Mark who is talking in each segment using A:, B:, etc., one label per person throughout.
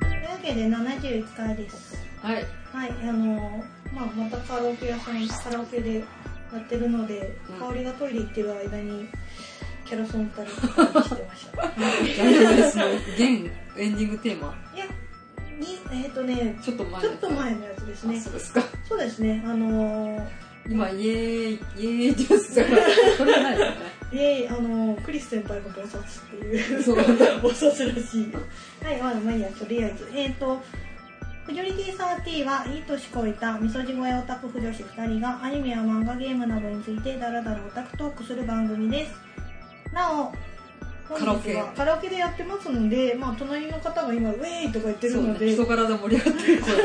A: というわけで71回です
B: はい。
A: はいあのまあまたカラオケ屋さんカラオケでやってるので、
B: うん
A: 香りがトイレ行ってる間にキャラソン歌にしてま したはい
B: 大丈夫ですね。現エンディングテーマ。
A: いやにえっ、とね
B: ちょっと前
A: ち
B: だ
A: ょっと前のやつですね
B: あそうですか。
A: そうですねあのー
B: 今、イエーイ、イエーイって言ってたから、それはないです
A: イエイあのクリス先輩が菩薩っていう
B: そう
A: 菩薩らしいはいまあまあいいやとりあえずえっ、ー、とフジョリティサーティは、いい年こいた、みそじ声オタク婦女子2人が、アニメや漫画ゲームなどについて、だらだらオタクトークする番組です。なお、本
B: カラオ
A: 日
B: ケ
A: はカラオケでやってますので、まあ、隣の方が今、ウェイとか言って
B: ね。そ
A: る
B: う
A: の
B: ね。
A: で、
B: 人柄で盛り上がってる声が。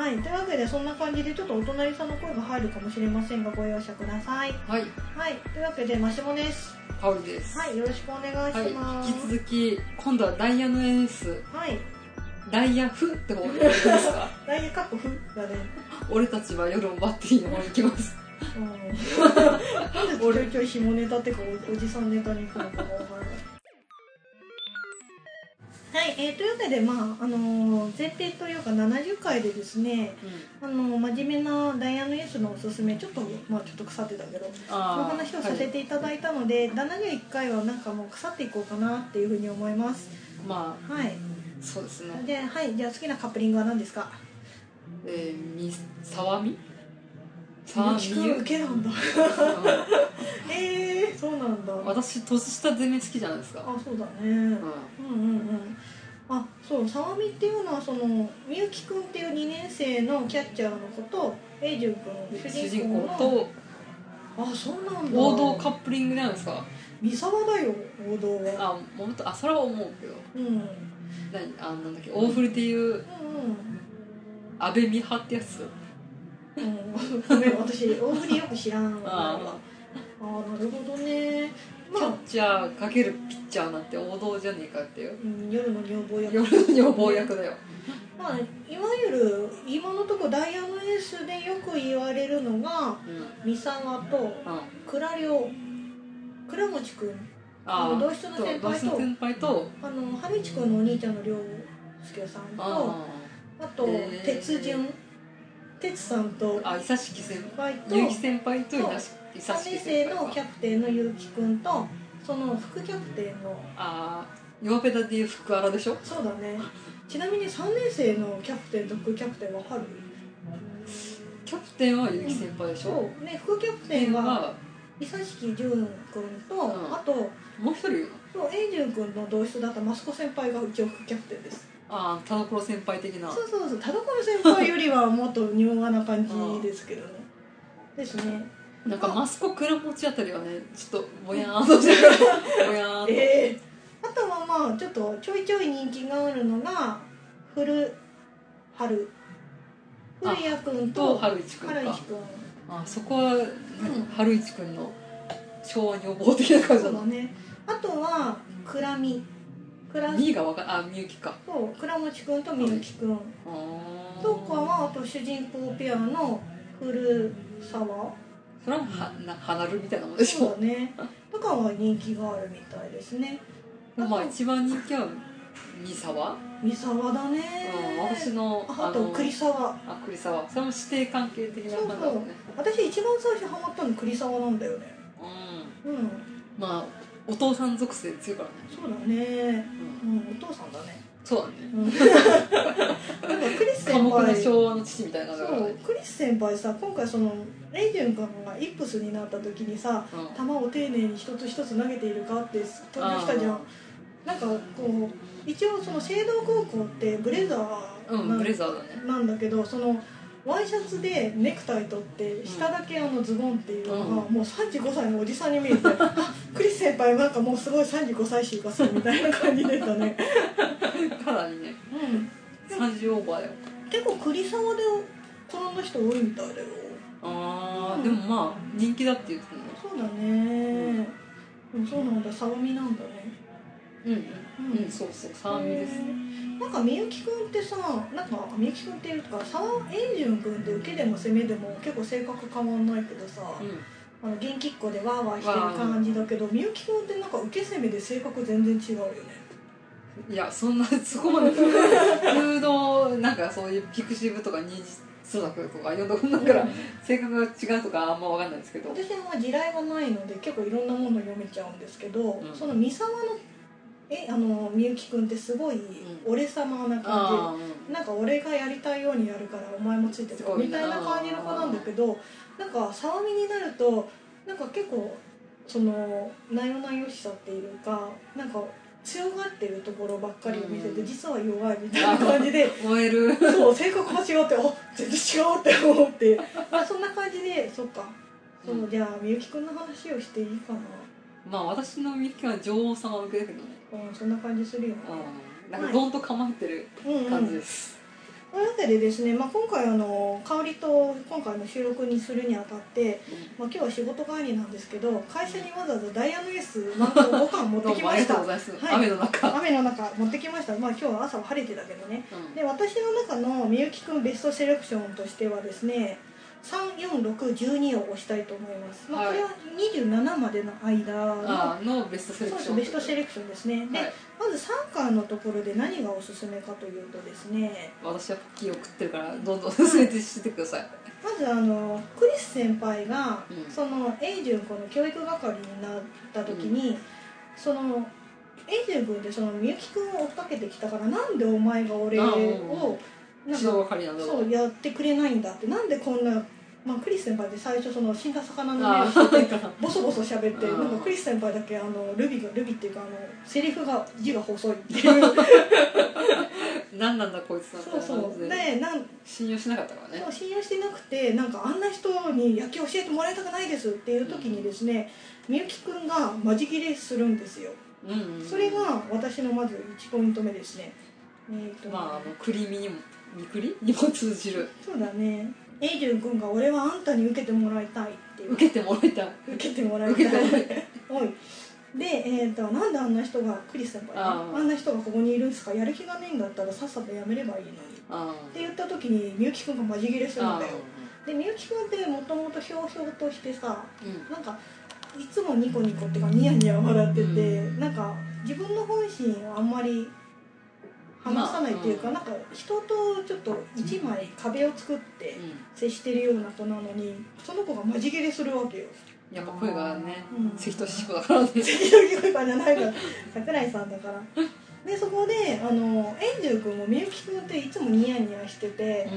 A: はい、というわけで、そんな感じで、ちょっとお隣さんの声が入るかもしれませんが、ご容赦ください。
B: はい。
A: はい、というわけで、マシモです。
B: 香りです。
A: はい、よろしくお願い
B: はい。
A: します。
B: 引き続き、今度はダイヤのエース、
A: はい、
B: ダイヤフって方に行きます か
A: ダイヤカップフがね、
B: 俺たちは夜を待っていいの方に行きます。
A: うん、 なんでちょいちょい紐ネタってかおおじさんネタに行くのかがわからない。はい、えー、というわけで、まああのー前提というか70回でですね、あのー真面目なダイヤのエースのおすすめちょっと、まあ、ちょっと腐ってたけどその
B: あ
A: 話をさせていただいたので、71回はなんかもう腐っていこうかなっていうふうに思います
B: ま
A: はい
B: あ、そうですね。
A: で、はい、じゃあ好きなカップリングは何ですか
B: えー、み、さわみさわみ
A: 聞く受けなんだえー、そうなんだあ
B: 私、年下攻め好きじゃないですか。
A: そうだね
B: うん
A: うんうんうんあそう沢見っていうのはそのみゆきくんっていう2年生のキャッチャーの子と英順くん
B: 主人公
A: の
B: と
A: あそうなんだ
B: 王道カップリングじゃないですか。
A: 三沢だよ王道は
B: あ、もっと、あ、それは思うけど。
A: うんうんうん
B: 何あなんだっけ大振りっていう安倍美派ってやつ
A: うんごめん私大振りよく知らん
B: あ
A: ああなるほどね
B: キ
A: ま
B: ャ
A: あ
B: ッチャーかけるピッチャーなんて王道じゃねえかっていう
A: うん夜の女房役
B: 夜の女房役だよ
A: まあいわゆる今のとこダイヤのエースでよく言われるのが
B: うん、う
A: 三
B: ん、
A: 沢と
B: あ
A: 倉涼倉持くんあの同室の先輩と
B: 同室の先輩と
A: あの春一くんのお兄ちゃんの涼介さんとあ
B: あ
A: と、
B: えー
A: 鉄潤鉄さんと
B: ーあ伊佐敷先
A: バイト
B: 輩結城
A: 3
B: 先輩と伊佐伊佐敷
A: 年生
B: 先輩
A: のキ
B: か
A: ャプテンの結城くんとその副キャプテンの
B: ああ弱ペダっていう福原でしょ
A: そうだねちなみに3年生のキャプテンと副キャプテンわかる
B: キャプテンは結城先輩でしょ
A: そうね副キャプ
B: キャ
A: テ
B: プテ
A: ン
B: ン
A: は
B: は
A: 伊佐敷淳くんと、
B: ん
A: あと
B: もう一人いるの
A: そう英淳くんの同室だった益子先輩がうちの副キャプテンです
B: ああ田所先輩的な
A: そうそうそう田所先輩よりはもっと柔和な感じですけどねですね
B: なんかマスコクラ持ちあたりはねちょっとぼやーんとして るぼやーんと
A: えー、あとはまあちょっとちょいちょい人気があるのが古春
B: あ
A: 古谷君
B: と
A: と
B: 春一くん
A: 春
B: か
A: 一君
B: あそこは、春一くんの昭和女房的な感
A: そ
B: じだ
A: うだ
B: な
A: ねあとは倉見倉
B: B がわかあみゆきか
A: そう倉持君とみゆき君
B: あー
A: とかはあと主人公ペアの古沢
B: それははな花るみたいなもんでし
A: そう
B: ょ
A: だねとかは人気があるみたいですねそう
B: まあ一番人気は三沢、
A: 三沢だね
B: うん、私の
A: あと
B: の
A: 栗沢
B: あ栗沢それも師弟関係的な感じだもんね
A: 私一番最初ハマったの栗沢なんだよね
B: うん
A: うん
B: まあお父さん属性強いからね、
A: そうだね
B: うん、
A: うんお父さんだね
B: そうだね
A: うんなんかクリス
B: 寡
A: 先
B: 黙な
A: 輩そ
B: 昭和の父みたいな感じだから
A: う
B: ね
A: クリス先輩さ今回そのレイジュン君がイップスになった時にさ
B: うん
A: 球を丁寧に一つ一つ投げているかって投入したじゃんなんかこう一応その聖堂高校ってブレザー
B: う
A: なん
B: ん、ブレザーだね。
A: なんだけどそのワイシャツでネクタイ取って下だけあのズボンっていうのが、もう35歳のおじさんに見え てあクリス先輩なんかもうすごい35歳しかするみたいな感じでしたね、
B: かなりね、
A: う
B: 30オーバーだよ。
A: ん、結構クリサワで転んだ人多いみたいだよ
B: あ
A: うん
B: ー、でもまあ、人気だって言ってたね。
A: そうだね、でもそうなんだサワミなんだね
B: うん
A: うん
B: うん、うん、そうそう酸味ですね
A: なんかみゆきくんってさなんかみゆきくんっていうか沢円順くんって受けでも攻めでも結構性格変わんないけどさ、
B: う
A: あの元気っ子でワーワーしてる感じだけどみゆきくんってなんか受け攻めで性格全然違うよね
B: んいやそんなそこまで風風のなんかそういうピクシブとか二次通学とかいろんなことだから性格が違うとかあんま分かんないですけど
A: 私は地雷がないので結構いろんなもの読めちゃうんですけど、
B: うん
A: その三沢のえあのみゆきくんってすごい俺様な感じ、
B: ああうん
A: なんか俺がやりたいようにやるからお前もついて
B: す
A: こ
B: ご
A: い
B: い
A: みたいな感じの子なんだけどなんか沢見になるとなんか結構そのなよなよしさっていうかなんか強がってるところばっかりを見せて
B: うん
A: 実は弱いみたいな感じで
B: 燃える
A: そう性格が違ってあ全然違うって思ってまあそんな感じでそっかそううんじゃあみゆきくんの話をしていいかな
B: まあ私の見きは女王様向けだけどね
A: うんそんな感じするよね
B: うんなんかどんと構えてる
A: うんうん
B: 感じです
A: というわけでですね、まあ、今回あの香りと今回の収録にするにあたって、まあ、今日は仕事帰りなんですけど会社にわざわざダイヤのエースマント5巻持っ
B: ど
A: て
B: う
A: き
B: も
A: ま
B: あり
A: し
B: が
A: た
B: とうございます
A: はい
B: 雨の中
A: 雨の中持ってきましたまあ今日は朝は晴れてたけどね
B: うん
A: で私の中のみゆきくんベストセレクションとしてはですね34612を押したいと思います、まあ、こ
B: はい
A: れは27までの間の、
B: あーのベストセレ
A: そう
B: クシ
A: そ
B: ョ
A: う
B: ン
A: ベストセレクションですね、で
B: はい
A: まず3巻のところで何がおすすめかというとですね
B: 私はポッキーを食ってるからどんどん進めてしてください
A: まずあのクリス先輩が、
B: うん
A: その英順君の教育係になった時に、その英順君ってそのみゆき君を追っかけてきたからなんでお前が俺
B: ああ
A: をなん
B: 血の
A: か
B: ばかりなど
A: そうやってくれないんだってなんでこんな、まあ、クリス先輩って最初その死んだ魚の目
B: あ
A: を
B: ー
A: しててボソボソ喋って
B: ああ
A: なんかクリス先輩だけあのルビがルビっていうかあのセリフが字が細いっ ていう
B: 何なんだこいつなんて
A: そうそう
B: で
A: でなん
B: 信用しなかったからね
A: そう信用してなくてなんかあんな人に野球教えてもらいたくないですっていう時にですねみゆきくんが間仕切れするんですよ
B: うんうん
A: それが私のまず1ポイント目ですねえーと
B: まああの栗見にもみくりにも通じる
A: そうだねエイジュン君が「俺はあんたに受けてもらいたい」っていう
B: 受けてもらいたい
A: 受けてもらい
B: 受けて
A: た
B: も
A: い
B: らいたい
A: おいで、えー、となんであんな人がクリス先輩ね
B: あ
A: あ
B: あ
A: んな人がここにいるんですかやる気がねえんだったらさっさとやめればいいのに
B: あ
A: って言った時にみゆきくんが間仕切れするん
B: あ
A: だよでみゆきくんってもともとひょうひょうとしてさ
B: うん
A: なんかいつもニコニコっていうかニヤニヤ笑ってて、
B: うん
A: なんか自分の本心をあんまり話さないっていうか、
B: ま
A: なんか人とちょっと一枚壁を作って
B: うん
A: 接してるような子なのにその子がまじ切れするわけよ。
B: やっぱ声がね
A: うん
B: 関としこだからね
A: 適当に声がじゃないから桜井さんだから。でそこであの円珠君もみゆき君っていつもニヤニヤしてて、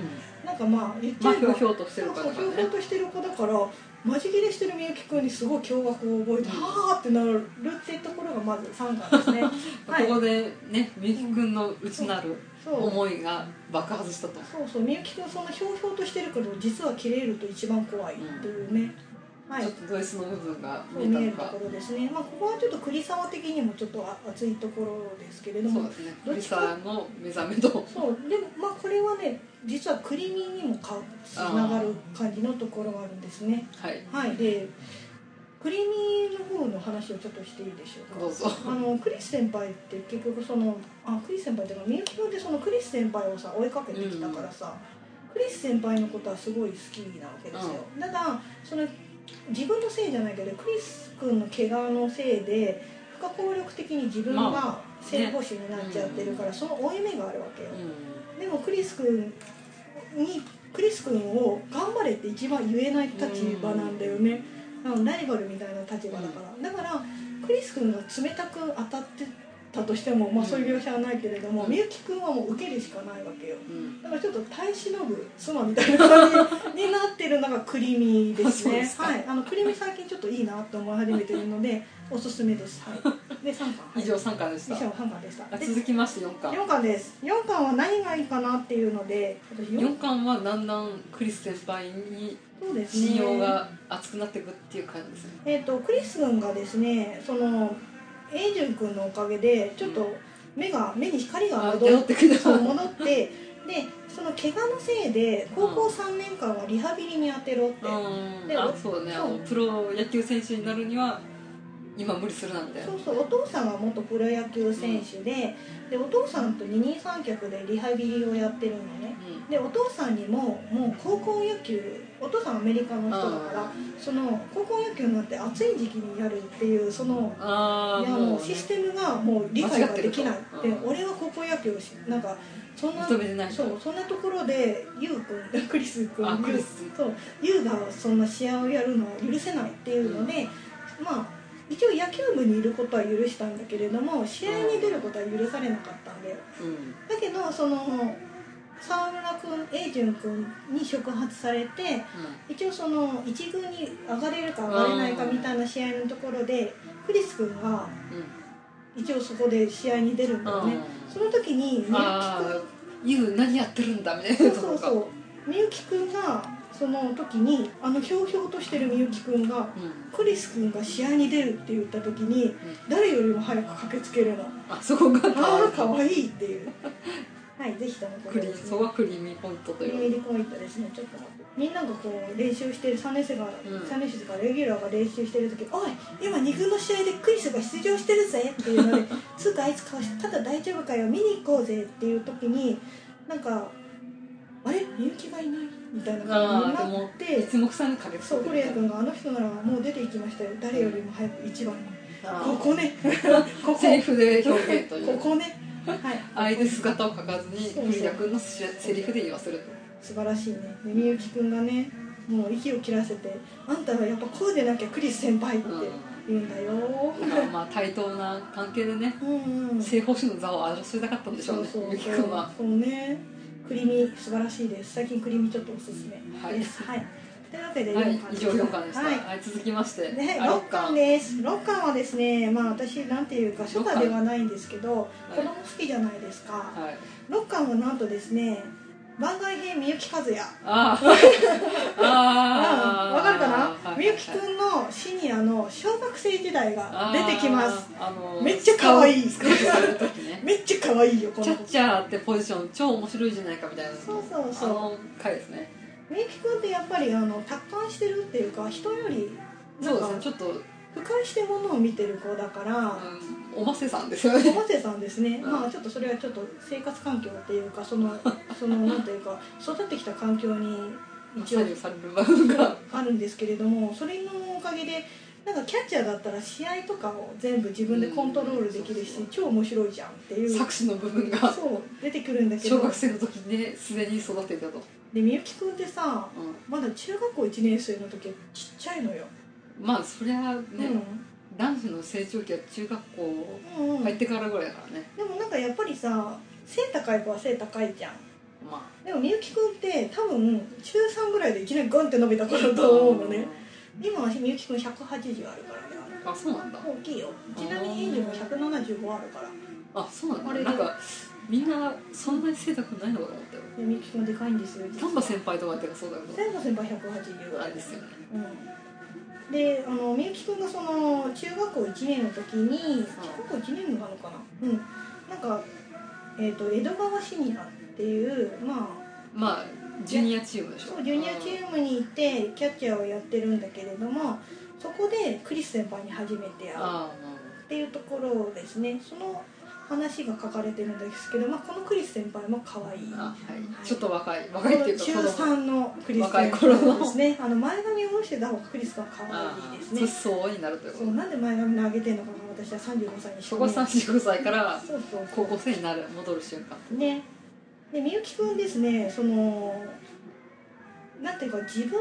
A: なんかまあ言っち
B: ま
A: ゃ
B: あ
A: え
B: ひ
A: ば
B: ょうひょうとして
A: そう
B: るか
A: そう
B: ら
A: ひょうひょう
B: ね
A: としてる子だから間仕切れしてるみゆきくんにすごい驚愕を覚えて、はあってなるっていうところがまず3巻で すねはい
B: ここでねみゆきくんの内なる
A: そう
B: 思いが爆発したと
A: そうそうみゆきくんそんなひょうひょうとしてるけど実は切れると一番怖いっていうね、はい
B: ちょっとド S の部分が
A: そう
B: 見
A: 見え
B: え
A: る
B: た
A: と
B: のか
A: ころですねまあここはちょっと栗沢的にもちょっとあ熱いところですけれど
B: そう
A: も
B: ですね
A: どっ
B: リ
A: ちか
B: サの目覚めと
A: そうでもまあこれはね実はクリミにもかつながる感じのところがあるんですね
B: はい
A: はいでクリミの方の話をちょっとしていいでしょうか
B: どうぞ
A: あのクリス先輩って結局そのあクリス先輩っていうかみゆき君ってそのクリス先輩をさ追いかけてきたからさ、クリス先輩のことはすごい好きなわけですよ、ただその自分のせいじゃないけどクリス君の怪我のせいで不可抗力的に自分が
B: ま
A: 正捕手になっちゃってるから、その負い目があるわけよ、
B: うん
A: でもクリス君にクリス君を頑張れって一番言えない立場なんだよね、あのライバルみたいな立場だから、だからクリス君が冷たく当たってたとしても、まあ、そういう描写はないけれども
B: うん
A: みゆき君はもう受けるしかないわけよ
B: うん
A: だからちょっと耐え忍ぶ妻みたいな感じになってるのがクリミです
B: そう
A: ね
B: ですか
A: はいあのクリミ最近ちょっといいなと思い始めてるのでおすすめですはいで3巻
B: 以上3巻でし
A: 以
B: た
A: 上3巻でした
B: あ
A: で
B: 続きまして4巻
A: 4巻です4巻は何がいいかなっていうので私四
B: 4巻はだんだんクリス先輩に
A: そうですね
B: 信用が厚くなっていくっていう感じですね
A: えー、とクリス君がですねそのエイジュン君のおかげでちょっと目が、目に光が
B: あ
A: 戻
B: 戻
A: っ
B: っててくる
A: そう戻 ってでその怪我のせいで高校3年間はリハビリに当てろって、
B: うん
A: で
B: あそうだねあ
A: そ
B: の
A: う
B: プロ野球選手になるには今無理するなんて
A: そうそうお父さんは元プロ野球選手で,、でお父さんと二人三脚でリハビリをやってるのね
B: う
A: でお父さんにももう高校野球お父さんアメリカの
B: ん
A: 人だからその高校野球なんて暑い時期にやるっていうその
B: あ
A: い
B: ー
A: やもうシステムがもう理解ができないって
B: 間違ってるとうん
A: 俺は高校野球をしなんかそんな
B: 認めてないと
A: そうそんなところでゆうくんクリスく
B: あ
A: ん
B: クリス
A: ゆうそうゆうがそんな試合をやるのは許せないっていうので、まあ一応野球部にいることは許したんだけれども試合に出ることは許されなかったんだよ
B: うん
A: だけどその沢村君英順君に触発されて一応その一軍に上がれるか上がれないかみたいな試合のところでクリス君が一応そこで試合に出るんだよね、その時にみゆきくん
B: ああゆう何やってるんだみたい
A: そう
B: な
A: そう
B: とか
A: そうみゆきくんがその時にあのひょうひょうとしてるみゆきくんが
B: うん
A: クリスくんが試合に出るって言った時に誰よりも早く駆けつけ るの
B: あそこが
A: ああかわいいっていうはいぜひともこ
B: ク
A: れ
B: リ
A: です
B: そ
A: ね
B: こがクリーミーポイントと
A: ミ
B: いう
A: リポイントですねちょっと待ってみんながこう練習してる3年生が、
B: うん
A: 三年生とかレギュラーが練習してる時「おい今2軍の試合でクリスが出場してるぜ」っていうので 「つうかあいつかわしてただ大丈夫かよ見に行こうぜ」っていう時になんか「あれみゆきがいない?」みたいな感
B: あ
A: じ
B: あで
A: にな
B: も
A: って
B: 一目散にかけて
A: そう古谷君が「あの人ならもう出て行きましたよ誰よりも早く一番に」
B: あ
A: こ
B: ー
A: こ ねここ
B: セリフで表現とい
A: こ
B: う
A: こねはい
B: 相手姿を描かずに
A: そうそう
B: 古谷君のセリフで言わせると
A: 素晴らしいねでみゆきくんがねもう息を切らせて「あんたはやっぱこうでなきゃクリス先輩」って言うんだよ
B: まあまあ対等な関係でね
A: うんうん
B: 正方針の座を争いたかったんでしょうね
A: そう
B: ゆき君は
A: そうねクリミ素晴らしいです最近クリミちょっとおすすめですはい、というわけで
B: はい
A: 四巻
B: 以上4巻でした
A: はい
B: はい続きまして
A: ね、
B: あ
A: 6巻です6巻はですねまあ私なんていうか初夏ではないんですけど
B: い
A: 子供好きじゃないですか
B: はい
A: 6巻はなんとですね番外編みゆき和也
B: ああああ
A: わかるかな、みゆきく
B: ん
A: んのシニアの小学生時代が出てきます
B: あの
A: めっちゃ可愛い
B: スカウトされる時ね
A: めっちゃ可愛いよこ
B: キ
A: の
B: ャッチャーってポジション超面白いじゃないかみたいな
A: そうそう
B: あ
A: そ
B: の回ですね
A: うみゆきくんってやっぱりあの達観してるっていうか人よりな
B: そ
A: ん
B: うで
A: か
B: すねちょっと、うん
A: 俯瞰してものを見てる子だから
B: おませさんですよね
A: 小松さんですね、
B: うん
A: まあちょっとそれはちょっと生活環境っていうかそのそのなんていうか育ってきた環境に一応
B: 左右される場合が
A: あるんですけれどもそれのおかげでなんかキャッチャーだったら試合とかを全部自分でコントロールできるし、
B: うん
A: 超面白いじゃんっていう
B: 作詞の部分が
A: そう出てくるんだけ
B: 小
A: ど
B: 学生の時にねすでに育てたと、
A: でみゆきくんってさ
B: う
A: まだ中学校1年生の時はちっちゃいのよ、
B: ん、まあそりゃね、
A: う
B: 男子の成長期は中学校
A: んうんうん
B: 入ってからぐらいだからね
A: でもなんかやっぱりさ背高い子は背高いじゃん
B: ま
A: でもみゆきくんって多分中3ぐらいでいきなりガンって伸びた子
B: あ
A: だと思うのね今はみゆきくん180あるからね
B: あそうなんだ
A: 大きいよちなみにエンジンも175あるから
B: あそうなんだ
A: あれで
B: なんかみんなそんなに背高くないのかと思ったよ
A: でみゆきくんでかいんですよ実は
B: 丹波先輩とかってそうだけど
A: 千葉先輩180ぐ
B: あ
A: ら
B: れ
A: い
B: ですよね
A: うんであのみゆきくんがその中学校1年の時に中学校1年なのかなうんなんか、えー、と江戸川シニアっていうまあ
B: まあジュニアチームでしょ
A: そうジュニアチームに行ってキャッチャーをやってるんだけれどもそこでクリス先輩に初めて会う
B: あ
A: っていうところですねその話が書かれてるんですけど、まあ、このクリス先輩も可愛い
B: ああはい
A: い
B: ちょっと若い
A: こ
B: 若いってい
A: の
B: うか
A: 中3のクリス
B: 若い
A: 先
B: 頃
A: 輩
B: の
A: ですねあの前髪を下ろしてた方がクリスが可
B: あ
A: 愛いです
B: あ
A: ね
B: そうになるというこ
A: そ
B: と
A: うなんで前髪投げてんのかな私は35歳にし
B: そこ35歳から
A: そうそう
B: 高校生になる戻る瞬間
A: ねでみゆきくんですねそのなんていうか自分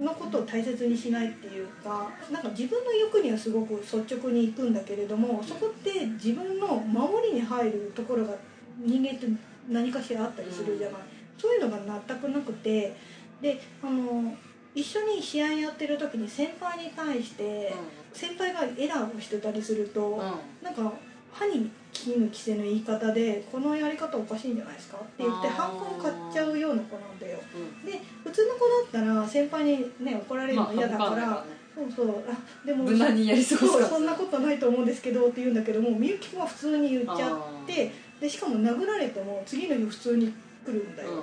A: のことを大切にしないっていうかなんか自分の欲にはすごく率直に行くんだけれどもそこって自分の守りに入るところが人間って何かしらあったりするじゃない、そういうのが全くなくてであの一緒に試合やってる時に先輩に対して先輩がエラーをしてたりすると、
B: うん、うん
A: なんか歯に衣着せぬ言い方で「このやり方おかしいんじゃないですか?」って言って
B: あー
A: 反感買っちゃうような子なんだよで普通の子だったら先輩にね怒られるの嫌だから、
B: まあ
A: そうそうあでも
B: 無難にやり過ごす
A: そ
B: か
A: う
B: ら
A: そんなことないと思うんですけどって言うんだけどもみゆきくんは普通に言っちゃってでしかも殴られても次の日普通に来るんだ
B: あ
A: よ
B: ー、うん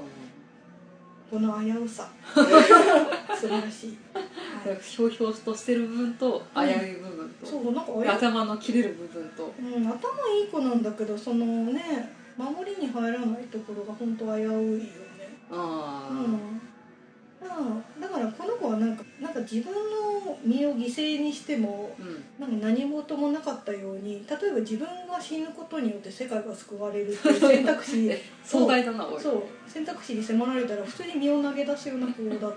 A: この危うさ 素晴らしい、
B: だからひょうひょうとしてる部分と危うい部分
A: そうなんかあれ
B: 頭の切れる部分と
A: うん、頭いい子なんだけどそのね守りに入らないところが本当危ういよね
B: あ
A: うんまあだからこの子はなんかなんか自分の身を犠牲にしても
B: ーうん
A: なんか何事もなかったように例えば自分が死ぬことによって世界が救われるっていう選択 肢
B: え壮大だなおい
A: そう選択肢に迫られたら普通に身を投げ出すような子だと思うの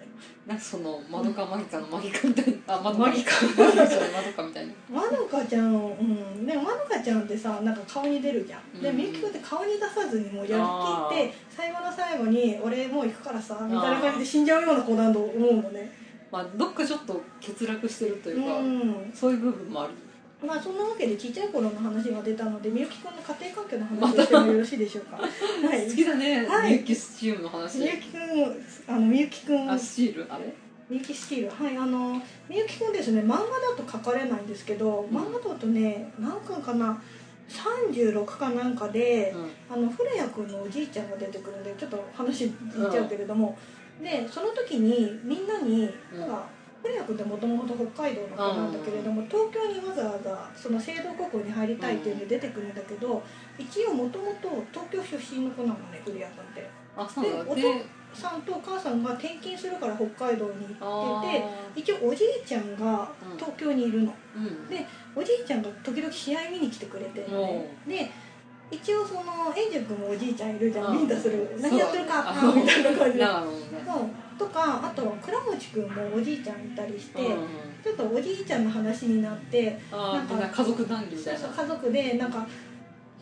A: ね
B: なんかそのマドカマギカのマギカみたい なあマドカ
A: マギカ
B: マギカじゃないマドカ みたいな
A: まどかちゃんをうんでもまどかちゃんってさなんか顔に出るじゃん、で
B: うん
A: みゆきくんって顔に出さずにもうやりきって最後の最後に「俺もう行くからさ」みたいな感じで死んじゃうような子なんと思うのね
B: まあどっかちょっと欠落してると
A: う
B: いうか、
A: ん
B: そういう部分もある
A: まあそんなわけでちっちゃい頃の話が出たのでみゆきくんの家庭環境の話をしてもよろしいでしょうかはい
B: 好きだね、
A: はい
B: ミユキスチームの話
A: みゆきくんあのみゆきくん
B: あスチールあれ
A: みゆきスチールはいあのみゆきくんですね漫画だと書かれないんですけど漫画だとね何巻かな36かなんかで、
B: うん
A: あの古谷君のおじいちゃんが出てくるんでちょっと話いっちゃうけれども、でその時にみんなに、
B: うん
A: なんか古谷君ってもともと北海道の子なんだけれども、東京にわざわざその聖堂高校に入りたいっていうんで出てくるんだけど、一応もともと東京出身の子なのね古谷君って。
B: あそうなんだ
A: で
B: で
A: さんとお母さんが転勤するから北海道に行
B: あ
A: ってて。
B: ー
A: 一応おじいちゃんが東京にいるの、
B: うん
A: でおじいちゃんが時々試合見に来てくれてるのねで一応その円珠君もおじいちゃんいるじゃ
B: うん
A: んビンタする
B: そう
A: 何やってるか
B: あ
A: あみたいな感じで
B: 長野のね
A: そうとかあと倉持君もおじいちゃんいたりして、
B: うんうん
A: ちょっとおじいちゃんの話になって
B: あ
A: なん
B: ー
A: か
B: みんな家族談義み
A: そ
B: た
A: う
B: い
A: そう
B: な
A: 家族でなんか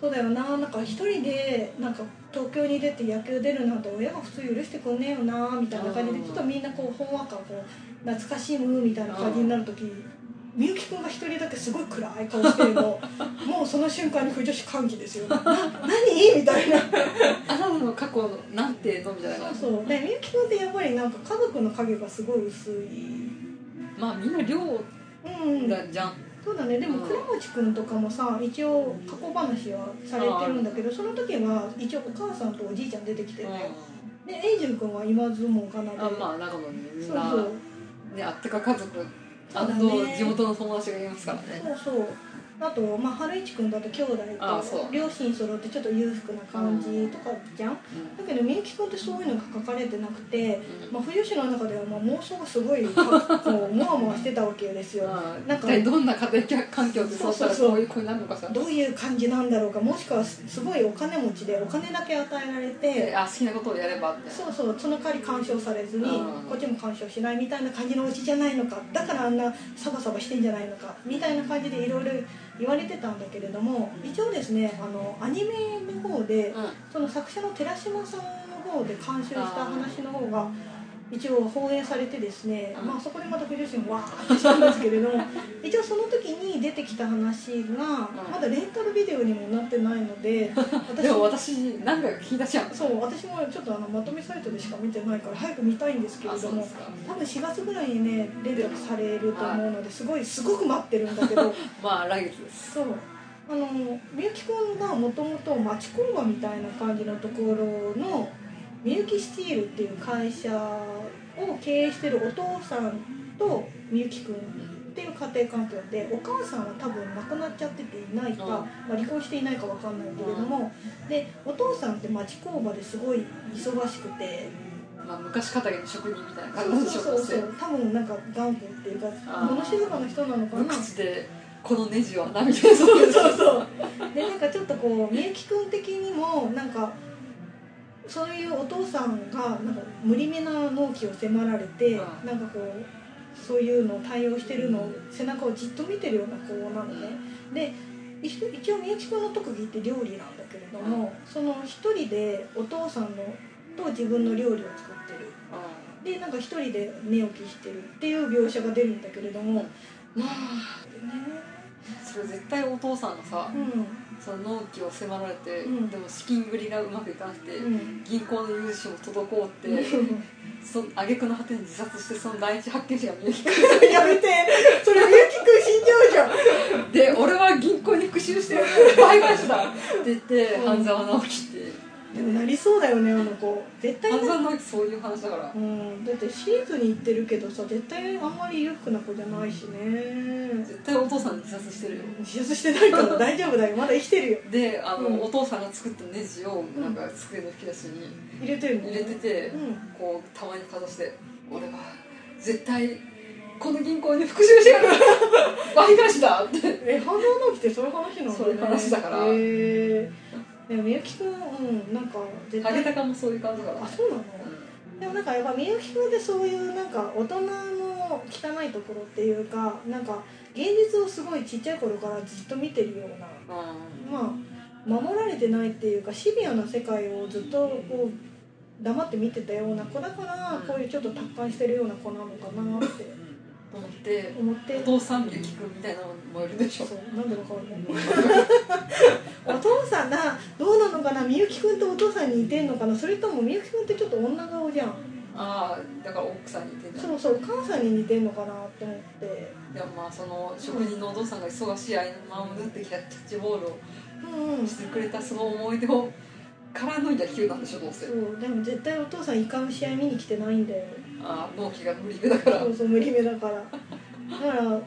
A: そうだよななんか一人でなんか東京に出て野球出るなんて親が普通許してくんねえよなみたいな感じで
B: うん
A: ちょっとみんなこうほんわかこう懐かしむみたいな感じになる時みゆきくんが一人だけすごい暗い顔してるのもうその瞬間に不女子歓喜ですよな何みたいな
B: あなたの過去のなんてのみたいな感じ
A: そうそうでみゆきくんってやっぱりなんか家族の影がすごい薄い
B: まあみんな寮
A: うん
B: だじゃん
A: そうだねでも
B: うん
A: 倉持くんとかもさ一応過去話はされてるんだけどその時は一応お母さんとおじいちゃん出てきて
B: う
A: ね
B: ん、
A: でエイジュン君は今相撲かなで
B: あまあ長野にみ
A: そ
B: ん
A: う
B: な
A: そう
B: ねあったか家族
A: そ
B: あ
A: うだ
B: と
A: ね
B: 地元の友達がいますからね
A: そうそうあと、まあ、春一君だと兄弟
B: あ
A: と
B: そう
A: 両親揃ってちょっと裕福な感じとかじゃん
B: うん
A: だけどみゆき君ってそういうのが書かれてなくて、
B: うん
A: まあ、冬吉の中ではまあ妄想がすごいこう もわもわしてたわけですよ
B: まあ
A: なん
B: 一
A: か
B: 体どんな家庭環境でそうしたら
A: そうそうそう
B: こういう子になるのかしら
A: どういう感じなんだろうかもしくはすごいお金持ちでお金だけ与えられて
B: であ好きなことをやればって
A: そうそうその代わり干渉されずに
B: うん
A: こっちも干渉しないみたいな感じのうちじゃないのかだからあんなサバサバしてんじゃないのかみたいな感じでいろいろ言われてたんだけれども一応ですねあのアニメの方で
B: うん
A: その作者の寺島さんの方で監修した話の方が一応放映されてですね、
B: うん
A: まあ、そこでまた不女子もわーってしたんですけれど も一応その時に出てきた話がまだレンタルビデオにもなってないので 私
B: でも私何回か聞いたじゃん
A: そう私もちょっとあのまとめサイトでしか見てないから早く見たいんですけ
B: あ
A: れ
B: そ
A: ど
B: うで
A: も
B: すか
A: 多分4月ぐらいにねレンタルされると思うのですごいすごく待ってるんだけど
B: まあ来月です
A: そうあのみゆきくんがもともと町工場みたいな感じのところのみゆきスチールっていう会社を経営してるお父さんとみゆきくんっていう家庭環境でお母さんは多分亡くなっちゃってていないか、
B: うん
A: まあ、離婚していないかわかんないけれどもでお父さんって町工場ですごい忙しくて
B: まあ昔語りの職人みたいな
A: そう
B: 感じでし
A: そ
B: ょ
A: うそう
B: う
A: そう多分なんか頑固っていうか
B: あー
A: 物静かな人なのか
B: 無
A: な
B: 口でこのネジはなみたいなそう
A: そうそうでなんかちょっとこうみゆきくん的にもなんかそういうお父さんがなんか無理めな納期を迫られて、
B: うん
A: なんかこうそういうのを対応してるのを背中をじっと見てるような子なのね、で一一応みゆきくんの特技って料理なんだけれども、その一人でお父さんのと自分の料理を作ってるでなんか一人で寝起きしてるっていう描写が出るんだけれどもまあ
B: それ絶対お父さんがさ
A: ね
B: その納期を迫られて、
A: うん
B: でも資金繰りがうまくいかなくて、
A: うんうん
B: 銀行の融資も滞ってそ挙句の果てに自殺してその第一発見者が見えてき
A: やめてそれみゆきくん死んじゃうじゃん
B: てで俺は銀行に復讐してる売買者だって言って、
A: うん
B: 半沢直樹って
A: でもなりそうだよねあの子絶対
B: 半
A: な
B: 沢直樹そういう話だから
A: うんだって私立に行ってるけどさ絶対あんまり裕福な子じゃないしね
B: 絶対お父さん自殺してるよ
A: 自殺してないから大丈夫だよまだ生きてるよ
B: であの、
A: うん
B: お父さんが作ったネジをなんか机の引き出しに
A: 入れてるの
B: 入れてて、
A: うん
B: こうたまにかざして「俺は絶対この銀行に復讐してやる倍返しだ!」って
A: え反応直樹ってそういう話なのね
B: そういう話だから
A: へえでもみゆきくんうんなんか絶
B: ハゲタ
A: 対
B: カもそういう感じだから
A: あそうなのでもなんかやっぱみゆきくんってそういうなんか大人の汚いところっていうかなんか現実をすごいちっちゃい頃からずっと見てるような
B: うん
A: まあ守られてないっていうかシビアな世界をずっとこう黙って見てたような子だからこういうちょっと達観してるような子なのかなって
B: と思って
A: 思って
B: お父さんみゆきくんみたいなのもいるでし
A: そ
B: ょ
A: うなんでわかんない お父さんなどうなのかなみゆきくんとお父さんに似てんのかなそれともみゆきくんってちょっと女顔じゃん
B: ああだから奥さんに言ってんじゃん
A: そうそうお母さんに似てんのかなって思って
B: でもまあその職人のお父さんが忙しい合間を縫ってキャッチボールを
A: うんうんそ
B: してくれたその思い出をからの野球なんでしょどうせ
A: うでも絶対お父さんイカの試合見に来てないんだよ
B: ああ納期が無理だから
A: そうそう無理目だからだからね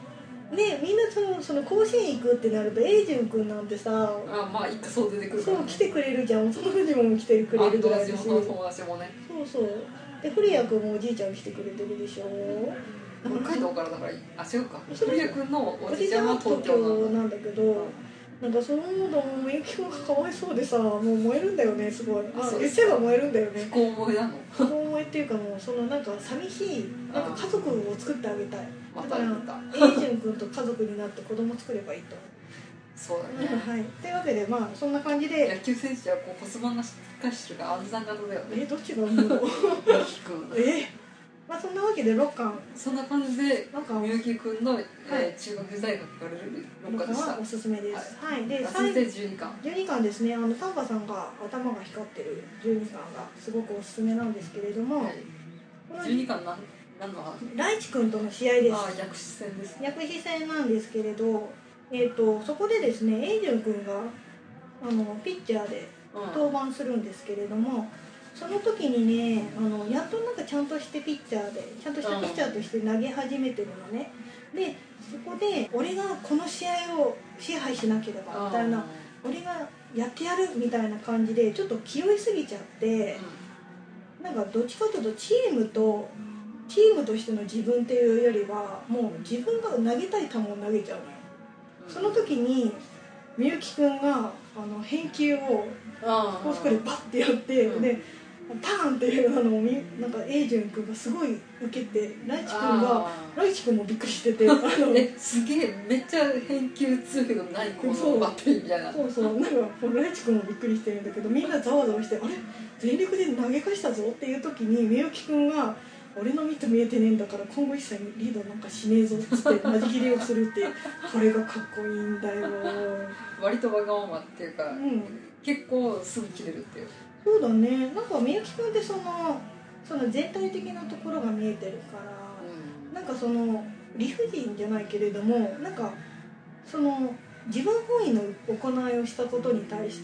A: みんなそのその甲子園行くってなるとエイジュン君なんてさ
B: ああまあ一家そう出てくるか
A: そ
B: ら、
A: う
B: ね、
A: 来てくれるじゃん幼なじも来てくれるぐらいだし
B: あ
A: そう
B: 友達も友達もね
A: そうで古谷君もおじいちゃん来てくれてるでしょ
B: 北海道からだからあ違うか
A: そ
B: 古
A: れ
B: 谷君のお
A: お
B: じ
A: じ
B: い
A: い
B: ち
A: ち
B: ゃ
A: ゃ
B: ん
A: ん
B: は
A: は
B: 東
A: 東
B: 京なん
A: 京
B: だ
A: なんだけどなんかそう思うともうみゆきくんがかわいそうでさもう燃えるんだよねすごい
B: あ
A: あ
B: そう
A: 言っちゃえば燃えるんだよ
B: 不
A: ね
B: 幸思いなの
A: 子供燃えっていうかもうそのなんか寂しいなんか家族を作ってあげたい
B: ま
A: だ
B: た
A: か
B: 言
A: ら
B: った
A: エイジュン君と家族になって子供作ればいいと思う
B: そうだね、
A: はい、というわけでまあそんな感じで
B: 野球選手はこう骨盤がしっかりしてるから安産型だよね
A: えどっちが思うの
B: みゆき君
A: えまあそんなわけで6巻
B: そんな感じで
A: 6巻
B: みゆき君の、
A: はい
B: えー中学時代が書かれる
A: 六巻
B: 6巻でした
A: はおすすめですはい、で
B: そし
A: 最後
B: て12巻
A: 12巻ですねあの丹波さんが頭が光ってる12巻がすごくおすすめなんですけれども、この
B: 12巻なんなんの話
A: 大地君との試合で
B: ああ
A: す
B: 薬師戦ですね
A: 薬師戦なんですけれど、えー、とそこでですねエイジュン君があのピッチャーで
B: うん
A: 登板するんですけれどもその時にねあのやっとなんかちゃんとしてピッチャーでちゃんとしたピッチャーとして投げ始めてるのねでそこで俺がこの試合を支配しなければみたいな俺がやってやるみたいな感じでちょっと気負いすぎちゃってなんかどっちかというとチームとチームとしての自分っていうよりはもう自分が投げたい球を投げちゃうのよその時にみゆきくんがあの返球を高速でバッてやって、
B: うん
A: でパーンっていうのをみなんかエイジュン君がすごい受けてライチ君がライチ君もびっくりして てあの
B: えすげえめっちゃ返球強いのないこのバッテリーみたいな
A: そうそうなんかこのライチ君もびっくりしてるんだけどみんなざわざわしてあれ全力で投げ返したぞっていう時にみゆき君が「俺の見て見えてねえんだから今後一切リードなんかしねえぞ」っつって間仕切りをするっていうこれがかっこいいんだよ
B: 割とわがままっていうか
A: うん
B: 結構すぐ切れるっていう
A: そうだねなんかみゆき君ってそのその全体的なところが見えてるからなんかその理不尽じゃないけれどもなんかその自分本位の行いをしたことに対し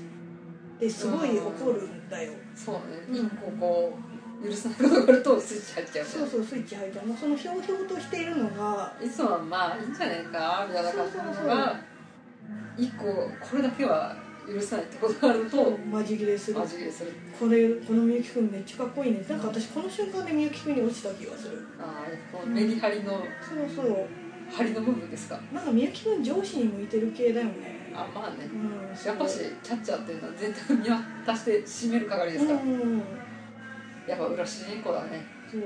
A: てすごい怒るんだよ、
B: そうね一個こう許さないことがあるとスイッチ入っちゃう
A: そうそうスイッチ入ったのそのひょうひょうとしているのが
B: いつもはまあいいんじゃないかみたいな感じのが一個これだけは許さないってことがあると
A: 間仕切れする
B: マジ切れする
A: これこのみゆきくんめっちゃかっこいいねなんか私この瞬間でみゆきくんに落ちた気がする
B: ああこのメリハリの
A: そうそう
B: 針の部分ですか
A: なんかみゆきくん上司に向いてる系だよね
B: あまあね
A: うん
B: やっぱしキャッチャーっていうのは全体を見渡して締める係ですから、
A: うん
B: やっぱ裏主人公だね
A: そう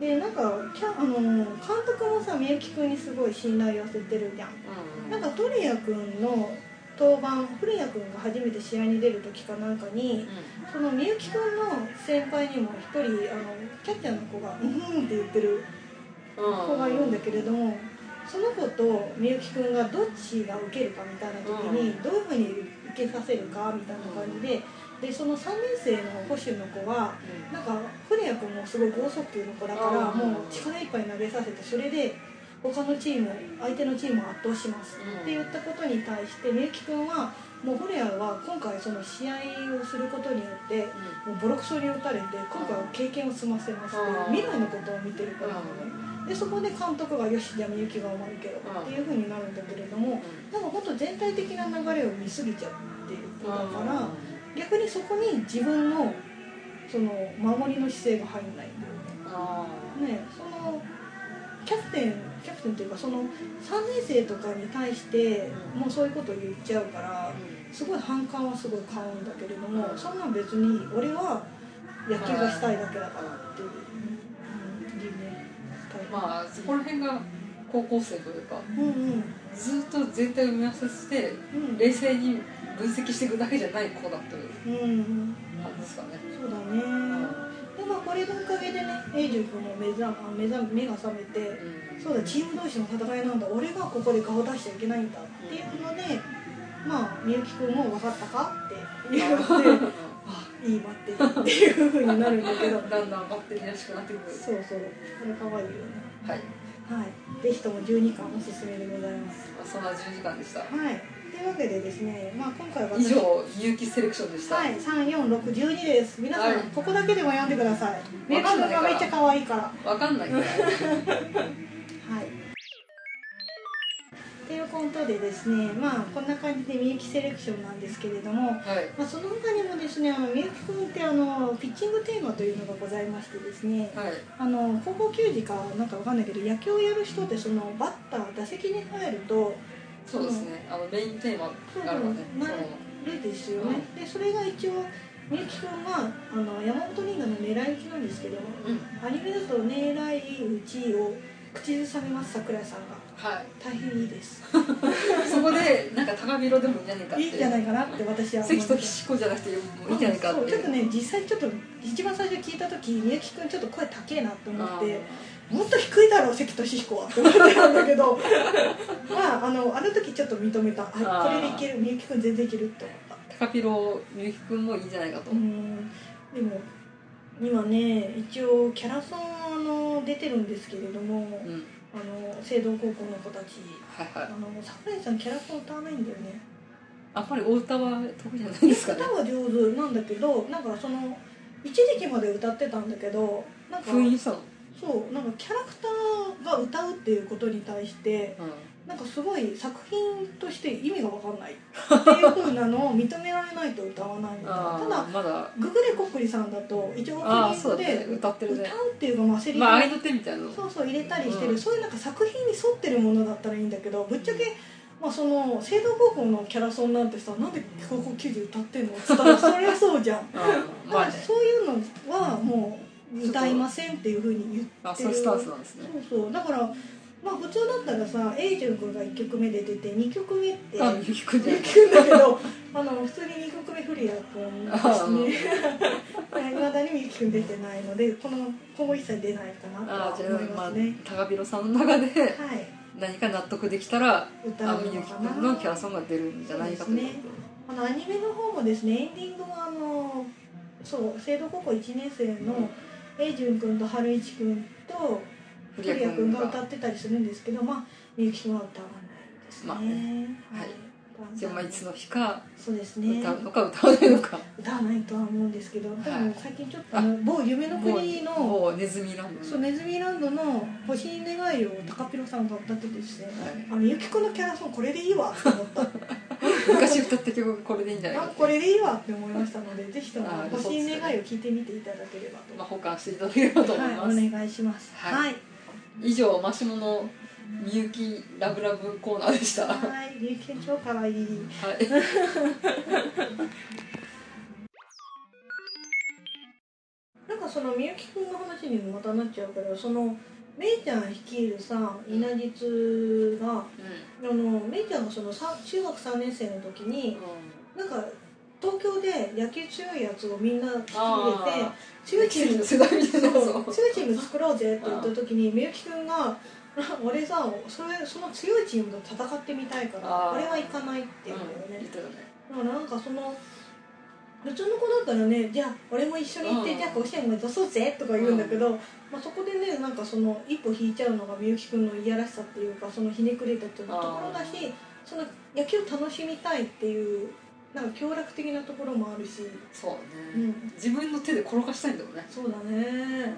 A: でなんかキャあの監督もさみゆきくんにすごい信頼を寄せてるじゃん
B: うん
A: なんかトリア君の登板古谷君が初めて試合に出る時かなんかにそのみゆきくんの先輩にも一人あのキャッチャーの子が「うんうん」って言ってる子がいるんだけれどもその子とみゆきくんがどっちが受けるかみたいな時にどういうふうに受けさせるかみたいな感じででその3年生の保守の子はなんか古谷君もすごい剛速球の子だから
B: あー
A: もう力いっぱい投げさせてそれで他のチーム相手のチームを圧倒します、
B: うん
A: って言ったことに対してみゆき君はもうフレアは今回その試合をすることによってもうボロクソに打たれて今回は経験を済ませますっていう未
B: うん
A: 来のことを見てるから、ねでそこで監督が「よしじゃあみゆきが終わるけど」
B: う
A: っ
B: ん
A: ていうふうになるんだけれどもなんかほんと全体的な流れを見すぎちゃうっていうことだから。逆にそこに自分のその守りの姿勢が入んないんだよねそのキャプテンキャプテンというかその3年生とかに対して
B: うん
A: もうそういうことを言っちゃうからすごい反感はすごい買うんだけれども
B: うん
A: そんなん別に俺は野球がしたいだけだからっていう理念大変
B: まあそこら辺が高校生というか
A: うんうん
B: ずっと全体を見合わせして
A: うん
B: 冷静に分析していくだけじゃない子だという
A: うんうん
B: 感じですかね。
A: そうだねでもこれのおかげでね永寿君も目覚あ目覚目が覚めてそうだチーム同士の戦いなんだ俺がここで顔出しちゃいけないんだっていうので、まあみゆきくんも分かったかって言ってあいいバッテリーっていう風になるんだけど
B: だんだんバッテリーらしくなってくる。
A: そうそうこれ可愛いよね
B: はい。
A: はいぜひとも12巻おすすめでございます
B: まあそんな10時間でした。
A: はいというわけでですねまあ今回は
B: 以
A: 私
B: 上、有機セレクションでした。
A: はい、3462です皆さん、
B: はい
A: ここだけでも読んでくださいみゆ
B: わ
A: き
B: か
A: くん
B: んないか
A: が
B: ら
A: めっちゃ可愛いから
B: わかんないから。
A: はい。ということでですね、まあこんな感じでみゆきセレクションなんですけれども、
B: はい。
A: まあその他にもですね、あのみゆきくんってあのピッチングテーマというのがございましてですね、
B: はい。
A: あの高校球児かなんかわかんないけど野球をやる人ってそのバッター打席に入ると
B: そうですね。あのメインテーマがあるのね。
A: そうそうルールですよね。でそれが一応みゆきくんはあの山本リンガの狙い撃ちなんですけども、
B: そのう
A: ア
B: ん。
A: ニメだと狙い撃ちを口ずさみます桜井さんが
B: はい。
A: 大変いいです。
B: そこで、なんか高見色でもいいんじゃないかって
A: い
B: いう。
A: いんじゃないかなって私は思いま
B: 関
A: した
B: と岸子じゃなくて、もういいんじゃないかって
A: そうち
B: い
A: ょっ
B: う。
A: とね実際ちょっと一番最初聞いた時みゆきくんちょっと声高えなと思
B: あ
A: って
B: ー
A: もっと低いだろう関俊彦はって思ってたんだけど まああのあの時ちょっと認めたあ
B: あ
A: こ
B: ー
A: れでいけるみゆきくん全然いけるって思った
B: 高ピロみゆきくんもいいんじゃないかと、
A: うんでも今ね一応キャラソンあの出てるんですけれども
B: うん
A: あの青道高校の子たち
B: はいは
A: あ
B: い
A: の桜井さんキャラソン歌わないんだよね
B: あんまりお歌は得意じゃないですかね
A: 歌は上手なんだけどなんかその一時期まで歌ってたんだけどなんか
B: 封印したの、
A: そうなんかキャラクターが歌うっていうことに対してなんかすごい作品として意味が分かんないっていうふうなのを認められないと歌わないみたい
B: あ
A: な
B: ー
A: ただ
B: まだ
A: ググレコックリさんだと一応オー
B: あ
A: プ
B: あ
A: ニン
B: そう
A: グ
B: だね
A: で
B: 歌ってるね
A: 歌うっていうかまあセリフ
B: まあ愛の手みたいなの
A: そうそう入れたりしてる、
B: うん
A: そういうなんか作品に沿ってるものだったらいいんだけどぶっちゃけ、まあ、その聖堂高校のキャラソンなんてさなんで高校球児歌ってんのっつった らそりゃそうじゃん
B: あー
A: だか
B: まあ
A: ら
B: ね
A: そういうのはもう歌いませんっていうふうに言って
B: あそういうスタンスなんですね
A: そうそうだからまあ普通だったらさエイジュン君が1曲目で出て2曲目って
B: あ
A: 言
B: みゆきくんじゃない
A: うんだけど あの普通に2曲目フリア君だ
B: あー
A: し ねいまだにみゆき君出てないのでこの今後一切出ないかなと
B: あ
A: は
B: ーじゃ
A: 思い
B: あま
A: ま
B: あ
A: すね、
B: 高ピロさんの中
A: は
B: で
A: い
B: 何か納得できたら
A: 歌
B: あ
A: う
B: みゆ
A: の
B: き
A: か
B: く
A: なん
B: のキャラソンが出るんじゃないかというこ
A: あのアニメの方もですねエンディングはあのそう聖堂高校1年生のエイジュン君と春一君と
B: と
A: フ
B: で
A: リ
B: 古
A: ア
B: 谷くん
A: 君が
B: が
A: 歌ってたりするんですけどまあみゆき君は歌わないですね,、
B: まあね
A: はい
B: はい
A: 歌わない
B: じゃあまあいつの日か
A: そうですね
B: 歌うのか歌わないのか
A: 歌わないとは思うんですけど、で
B: は
A: も
B: い
A: 最近ちょっとあの某夢の国の
B: もうもうネズミランド
A: そうネズミランドの「星に願い」を高ピロさんが歌っててですね、
B: はい
A: あのゆきこのキャラソンこれでいいわって思った
B: 昔歌った曲これでいいんじゃないか
A: あ
B: って
A: これでいいわって思いましたのでぜひとも
B: あー
A: 星に願いを聞いてみていただければと
B: まあ、保管していただければと思います、
A: はい、お願いしますは
B: はい以上マシモのみゆきラブラブコーナーでしたは
A: はい琉球超かわいい
B: い
A: なんかそのみゆきくんの話にもまたなっちゃうけどそのめいちゃん率いるさ稲実があのめいちゃんがそのさ中学3年生の時になんか東京で野球強いやつをみんな引き入れて
B: あ
A: 強いチーム
B: 世代みた
A: そ
B: いなやつ
A: う
B: を
A: 強いチーム作ろうぜって言った時にみゆきくんが「俺さそれその強いチームと戦ってみたいから
B: あー
A: 俺は行かない」って言うんだよ
B: 言っ
A: ね
B: たよね
A: だからなんかその普通の子だったらねじゃあ俺も一緒に行って、
B: うん
A: じゃあ甲子園目指そうぜとか言うんだけど、まあ、そこでねなんかその一歩引いちゃうのがみゆきくんのいやらしさっていうかそのひねくれたっていうところだしその野球を楽しみたいっていうなんか協力的なところもあるし、
B: そうね、
A: うん、
B: 自分の手で転がしたいんだもんね
A: そうだね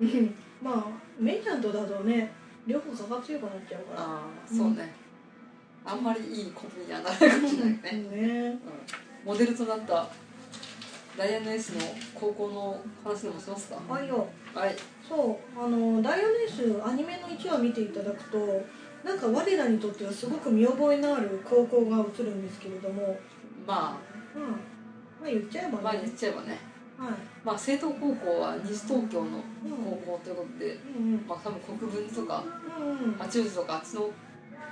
A: うんまあメイちゃんとだとね両方差が強くなっちゃうから
B: ああそうね、あんまりいいコンビにはならないかもしれないね、
A: うんね
B: うんモデルとなったダイアンのエースの高校の話でもしますか
A: あいよ
B: はい
A: そうあの「ダイオネース」アニメの1話見ていただくとなんか我らにとってはすごく見覚えのある高校が映るんですけれども
B: ま
A: うんまあ言っちゃえばね、
B: あま
A: は
B: あ
A: い
B: 言っちゃえばねまあ政東高校は西東京
A: う
B: の
A: んうん
B: 高校ということで
A: うん
B: まあ多分国分とか
A: うんうん
B: 八王子とかあっちの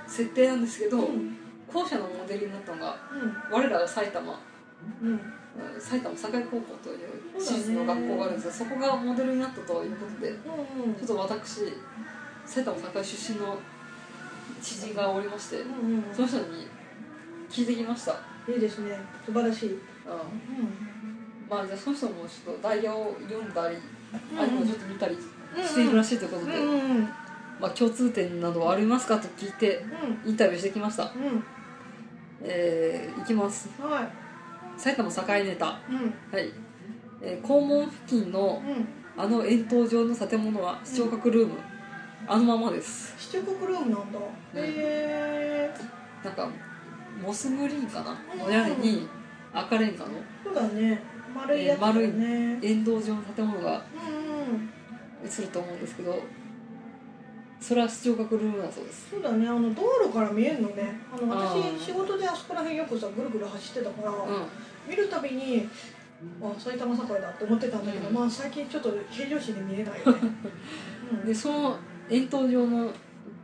B: 設定なんですけど、
A: うん
B: 校舎のモデルになったのが我らが埼玉
A: うん
B: うん埼玉栄高校という私立
A: そ
B: の
A: うだね
B: 学校があるんですがそ,、こがモデルになったということでち
A: うんうん
B: ょっと私埼玉栄出身の知人がおりまして
A: うんうん
B: その人に聞いてきました、
A: いいですね素晴らしい、
B: うん、
A: う
B: まあじゃあその人もちょっとダイヤを読んだり、あれをちょっと見たり
A: ん、
B: しているらしいということ
A: うん
B: で、
A: うんうん
B: まあ、共通点などはありますかと聞いてインタビューしてきました
A: うん
B: えー、いきます
A: うんはい
B: 埼玉栄ネタは
A: うん
B: い、えー、校門付近の
A: うん
B: あの円筒状の建物は視聴覚ルーム、あのままです
A: 七国ルームなんだ、へえ
B: なんかモスグリーンかなの屋根に赤レンガの
A: そうだね丸いやつだね、
B: えー円筒状の建物が
A: うんうん
B: 映ると思うんですけどそれは視聴覚ルームだそうです
A: そうだねあの道路から見えるのねあの
B: あー
A: 私仕事であそこら辺よくさぐるぐる走ってたから、
B: う
A: 見るたびにあ埼玉栄だって思ってたんだけど、
B: うん
A: まあ最近ちょっと平常心で見えないよ ね、
B: んでその円筒状の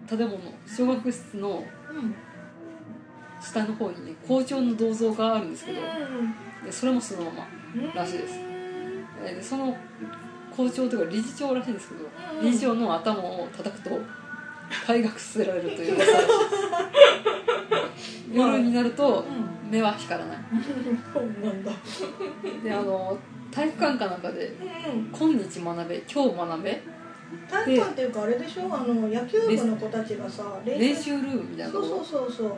B: 建物小学室の
A: うんうん
B: 下の方にね校長の銅像があるんですけどでそれもそのまま
A: うんうん
B: らしいです
A: うん
B: えーでその校長というか理事長らしいんですけど
A: うん
B: 理事長の頭を叩くと退学させられるという 夜になると目は光らない
A: そうなんだ
B: であの体育館かなんかで
A: うん
B: 「今日学べ今日学べ
A: 体育館っていうかあれでしょあの野球部の子たちがさ
B: 練習ルーム」みたいな
A: そ
B: と
A: う
B: こ
A: そうそうそう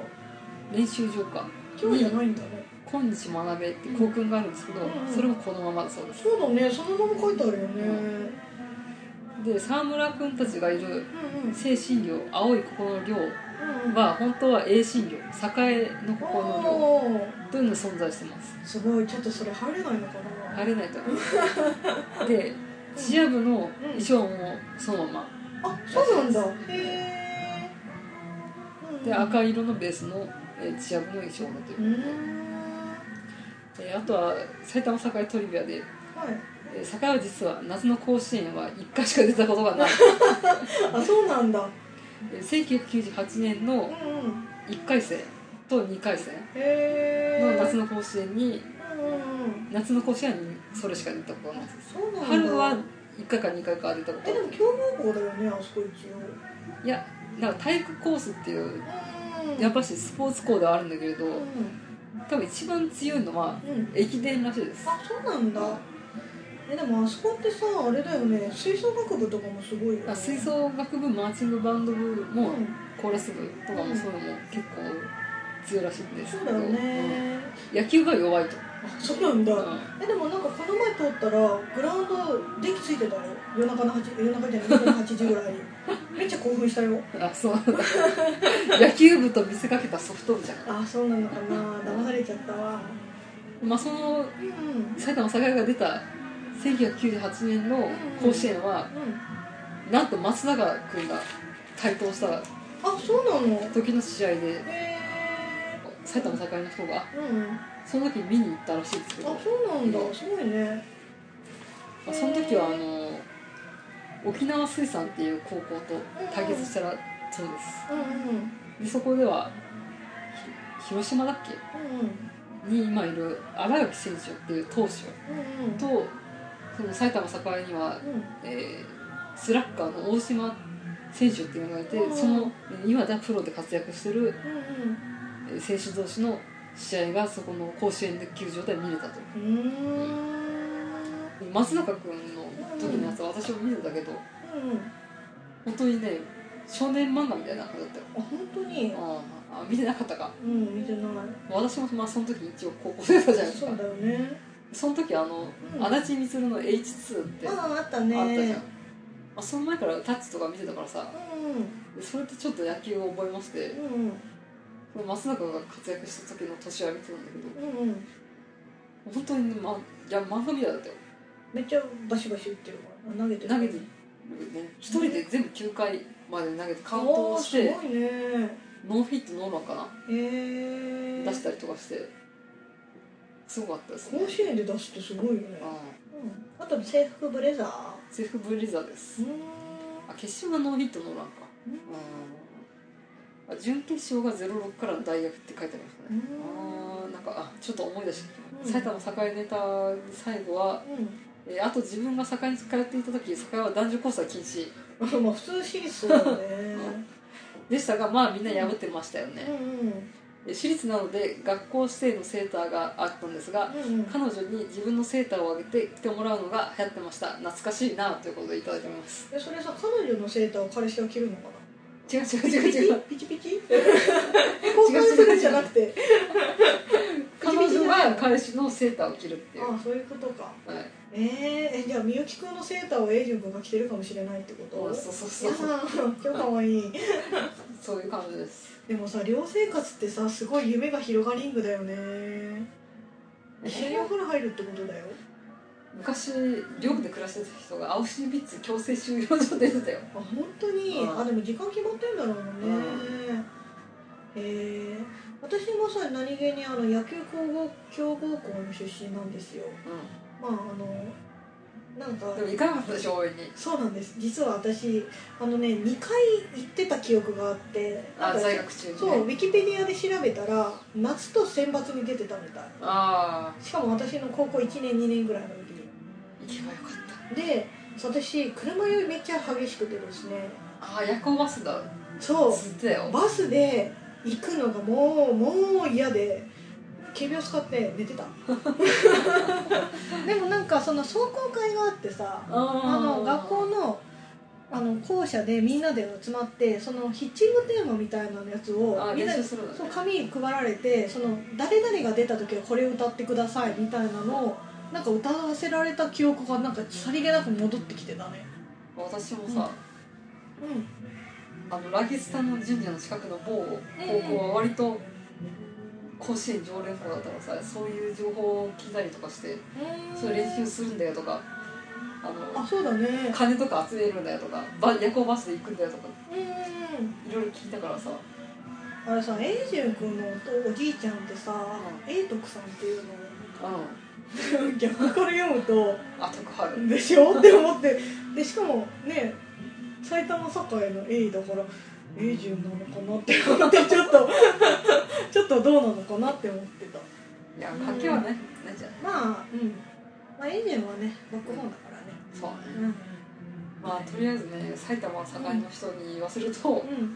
B: 練習場か
A: 今日じゃないんだね
B: 「今日学べ」って校訓があるんですけど
A: うん
B: それもこのままだそうです
A: そうだねそのまま書いてあるよね、うん
B: で沢村君たちがいる
A: うん
B: 精神寮青いここの寮
A: うんうん
B: は本当は栄新寮栄のここの寮
A: おー
B: というのが存在してます
A: すごいちょっとそれ入れないのかな
B: 入れないと思 うでチア部の衣装もそのまま
A: あそうなんだへえ
B: で赤色のベースの、えー、チア部の衣装だというう、
A: ん
B: えーあとは埼玉栄トリビアで、
A: はい
B: えー、栄は実は夏の甲子園は1回しか出たことがない、
A: あそうなんだ
B: えー、1998年
A: う
B: の
A: んうん
B: 1回戦と2回戦
A: へえ
B: の夏の甲子園に
A: うんうん
B: 夏の甲子園にそれしか出たことがないです
A: そうなんだ
B: 春は1回か2回か出たこと
A: え
B: が
A: で
B: な
A: も
B: い
A: 強豪校だよねあそこ一応
B: いやなんか体育コースっていう
A: うん
B: やっぱしスポーツ校ではあるんだけれど、
A: うん
B: 多分一番強いのは
A: うん
B: 駅伝らしいです
A: あそうなんだえでもあそこってさあれだよね吹奏楽部とかもすごいよね
B: あ吹奏楽部マーチングバンド部
A: う
B: も
A: ん
B: コーラス部とか
A: う
B: も
A: ん
B: そういうのも結構強いらしいんです
A: そ
B: け
A: う
B: ど
A: だよね
B: うん野球が弱いと、
A: あそうなんだ
B: う
A: えでもなんかこの前通ったらグラウンド電気ついてたよ夜中の8夜中じゃない夜中の8時ぐら いにめっちゃ興奮したよ
B: ん、あそうなん だ野球部と見せかけたソフト部じゃない、
A: ああそうなのかな騙されちゃったわ
B: まあ、その
A: うんうんうん
B: 埼玉栄が出た1998年の甲子園はなんと松永君が台頭した
A: あそうなの
B: 時の試合で
A: へえ
B: 埼玉栄の人が
A: うん
B: その時見に行ったらしいんですけど
A: あそうなんだすごいね
B: まあその時はあの沖縄水産っていう高校と対決したらそうです
A: うんうんうん
B: でそこではひ広島だっけに今いる新垣選手っていう投手
A: うんうん
B: とその埼玉栄には、
A: うん
B: えースラッガーの大島選手っていうのがいて
A: うん
B: その今ではプロで活躍してる
A: うんうん
B: えー選手同士の試合がそこの甲子園で球場で見れたと
A: うーん
B: 松坂君の時のやつは私も見てたけど
A: うん
B: 本当にね少年漫画みたいな感じだったよ
A: あ本当に
B: ああ見てなかったか
A: うん見てない
B: 私もまあその時一応高校生だったじゃないです
A: そ
B: か
A: うだよね
B: その時あの、
A: うん
B: 足立光の H2 ってあっ
A: あああった
B: たじゃん、
A: ね
B: あその前からタッチとか見てたからさ
A: うん
B: それってちょっと野球を覚えまして
A: うん
B: 松坂が活躍した時の年は見てたんだけど
A: うんうん
B: 本当に、ま、いや漫画みたいだったよ
A: めっちゃバシバシ打ってるから投げてる
B: 投げてるね一人で全部9回まで投げてカウントをし
A: お
B: て
A: ーすごいね
B: ノーヒットノーランかな
A: へえ
B: 出したりとかしてすごかったですね
A: 甲子園で出すってすごいよね
B: あ
A: う
B: あ
A: んあと制服ブレザー
B: 制服ブリザーで
A: う
B: す
A: ーん
B: あ決勝がノーヒットノーランかうんあ準決勝が06からの大学って書いてありました
A: う
B: ね
A: ん
B: あーなんかあちょっと思い出してき
A: う
B: た、
A: ん
B: 埼玉栄ネタ最後は、えーあと自分が栄に通っていた時栄は男女交際禁止
A: うん、まあ普通シーソーだね
B: でしたがまあみんな破ってましたよね
A: う、んうん
B: で私立なので学校指定のセーターがあったんですが
A: うんうん
B: 彼女に自分のセーターをあげて着てもらうのが流行ってました懐かしいなということでいただいております
A: えそれさ彼女のセーターを彼氏が着るのかな
B: 違う違 う違う違う
A: ピチピチえ交換するんじゃなくて
B: 彼女が彼氏のセーターを着るっていう、
A: ああそういうことか
B: はい、
A: えー、えじゃあみゆきくんのセーターをエイジュンくんが着てるかもしれないってこと
B: そうそうそうそう
A: いやー超かわいい
B: そういう感じです
A: でもさ寮生活ってさすごい夢が広がりんぐだよね一緒にお風呂入るってことだよ
B: 昔寮で暮らしてた人がアウシュビッツ強制収容所で出たよ
A: あ本当に
B: うん
A: あでも時間決まってんだろうねへえ私もさ何気にあの野球強豪強豪校の出身なんですよ
B: う
A: まああのなんか
B: んでも行かなかったでしょ応援に
A: そうなんです実は私あのね2回行ってた記憶があってなん
B: あ
A: か
B: 在学中にね
A: そうウィキペディアで調べたら夏と選抜に出てたみたい
B: ああ
A: しかも私の高校1年2年ぐらいの時
B: 行けばよかった
A: で私車酔いめっちゃ激しくてですね
B: ああ夜行バスだ
A: そ
B: つってたよ
A: うバスで行くのがもうもう嫌で仮病使って寝て たでもなんかその壮行会があってさあの学校のあの校舎でみんなで集まってそのヒッチングテーマみたいなやつを
B: あー
A: みん
B: 練
A: な
B: 習
A: です
B: るのね
A: そう紙配られてその誰々が出た時はこれを歌ってくださいみたいなのをなんか歌わせられた記憶がなんかさりげなく戻ってきてたね
B: 私もさ、
A: うん
B: あのラギスタの神社の近くの某高校は割と甲子園常連校だったからさそういう情報を聞いたりとかしてそれ練習するんだよとかあの
A: あそうだね
B: 金とか集めるんだよとかば夜行バスで行くんだよとか
A: うん
B: いろいろ聞いたからさ
A: あれさエイジュン君のおおじいちゃんってさ
B: う
A: 永徳さんっていうのを
B: うん
A: 逆から読むと
B: あ徳春
A: でしょって思ってでしかもね埼玉栄の A だから永順なのかなって思ってちょっとちょっとどうなのかなって思ってた
B: いや関係はないないじゃん
A: まあうんまあ永順はねバックホーンだからね
B: そう
A: う
B: ね
A: ん
B: まあとりあえずね埼玉は境の人に言わせると、
A: うん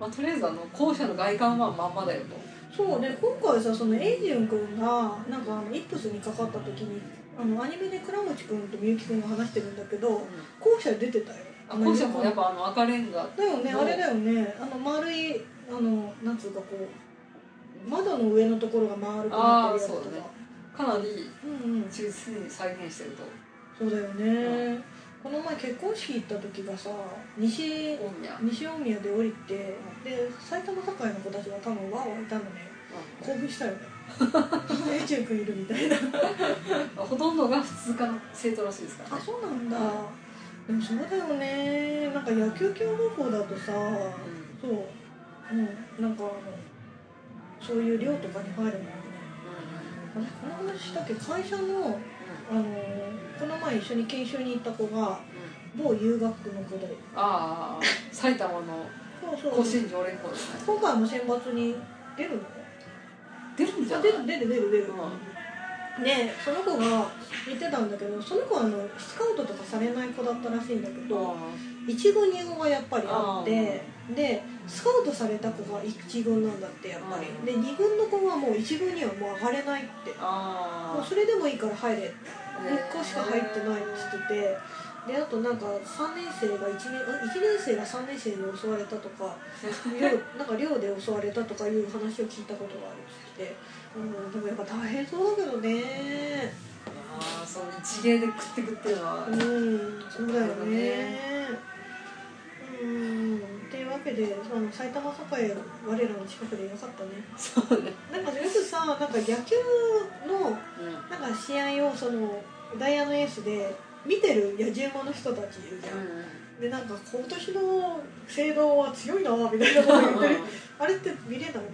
B: まあ、とりあえずあの校舎の外観はまんまだよと
A: そうね今回さその永順くんがなんかあのイップスにかかった時にあのアニメで倉持くんとみゆきくんが話してるんだけど校舎で出てたよ
B: あ校舎もやっぱあの赤レンガ
A: だよね
B: どう
A: あれだよねあの丸いあのなんつうかこう窓の上のところが丸くなってるやつ
B: あーそう
A: とか
B: だねかなり
A: うんうん
B: 忠実に再現してると
A: そうだよねこの前結婚式行った時がさ西
B: 大宮、うん、
A: 西大宮で降りてで埼玉栄の子たちが多分わーわーいたのね興奮したよ ねえちゅうくんいるみたいな
B: ほとんどが普通科の生徒らしいですから
A: あ
B: ね
A: そうなんだでもそうだよねなんか野球強豪校だとさそ
B: うん
A: う、うん、なんかあのそういう寮とかに入るのよねあれこの話したっけ会社の、あのこの前一緒に研修に行った子が某遊学区の子で
B: ああ埼玉の
A: そうそ
B: 甲
A: う
B: 子園常連校ですね
A: 今回も選抜に出るの
B: 出るんじゃ
A: あ
B: ない
A: 出る出る出る出る
B: う
A: でその子が言ってたんだけどその子はあのスカウトとかされない子だったらしいんだけ
B: ん
A: ど一軍二軍がやっぱりあって
B: あ
A: でスカウトされた子が一軍なんだってやっぱりで二軍の子はもう一軍にはもう上がれないって
B: あ
A: もう
B: あ
A: それでもいいから入れ1個しか入ってないっ
B: へ
A: つっててであとなんか3年生が1年あ一年生が3年生に襲われたとか 寮なんか寮で襲われたとかいう話を聞いたことがあるっつってて、うん、でもやっぱ大変そうだけどね
B: ーあーそう一芸で食ってくっていうのは、
A: うんそうだよねうんっていうわけであの埼玉栄我らの近くでよかったね
B: そうね、
A: なんかよくさなんか野球の
B: うん
A: なんか試合をそのダイヤのエースで見てる野じ馬の人たちいるじゃん、でなんか今年の聖堂は強いなみたいなこと言ってるあれって見れないのか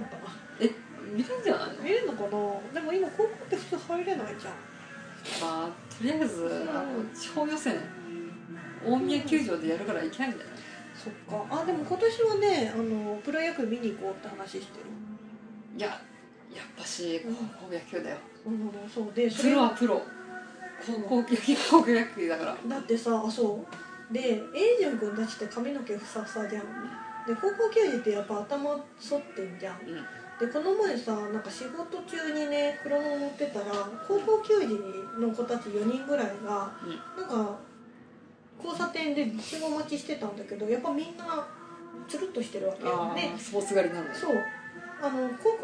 B: え見るんじゃないの
A: な見れるのかなでも今高校って普通入れないじゃん
B: まあとりあえずあの地方予選大宮球場でやるから行けないんじゃない
A: そっかあでも今年はねあのプロ野球見に行こうって話してる
B: いややっぱし高校野球だよ
A: うんそうでそ
B: プ
A: れ
B: ロは
A: は
B: プロ高校野球高校野球だから
A: だってさあそうでエイジュン君たちって髪の毛ふさふさじゃんで高校球児ってやっぱ頭剃ってんじゃん
B: うん
A: でこの前さなんか仕事中にね車を乗ってたら高校球児の子たち4人ぐらいが、なんか交差点で信号待ちしてたんだけどやっぱみんなつるっとしてるわけよ
B: あ
A: ね
B: あスポーツ狩りなんだよ
A: そうあの高校の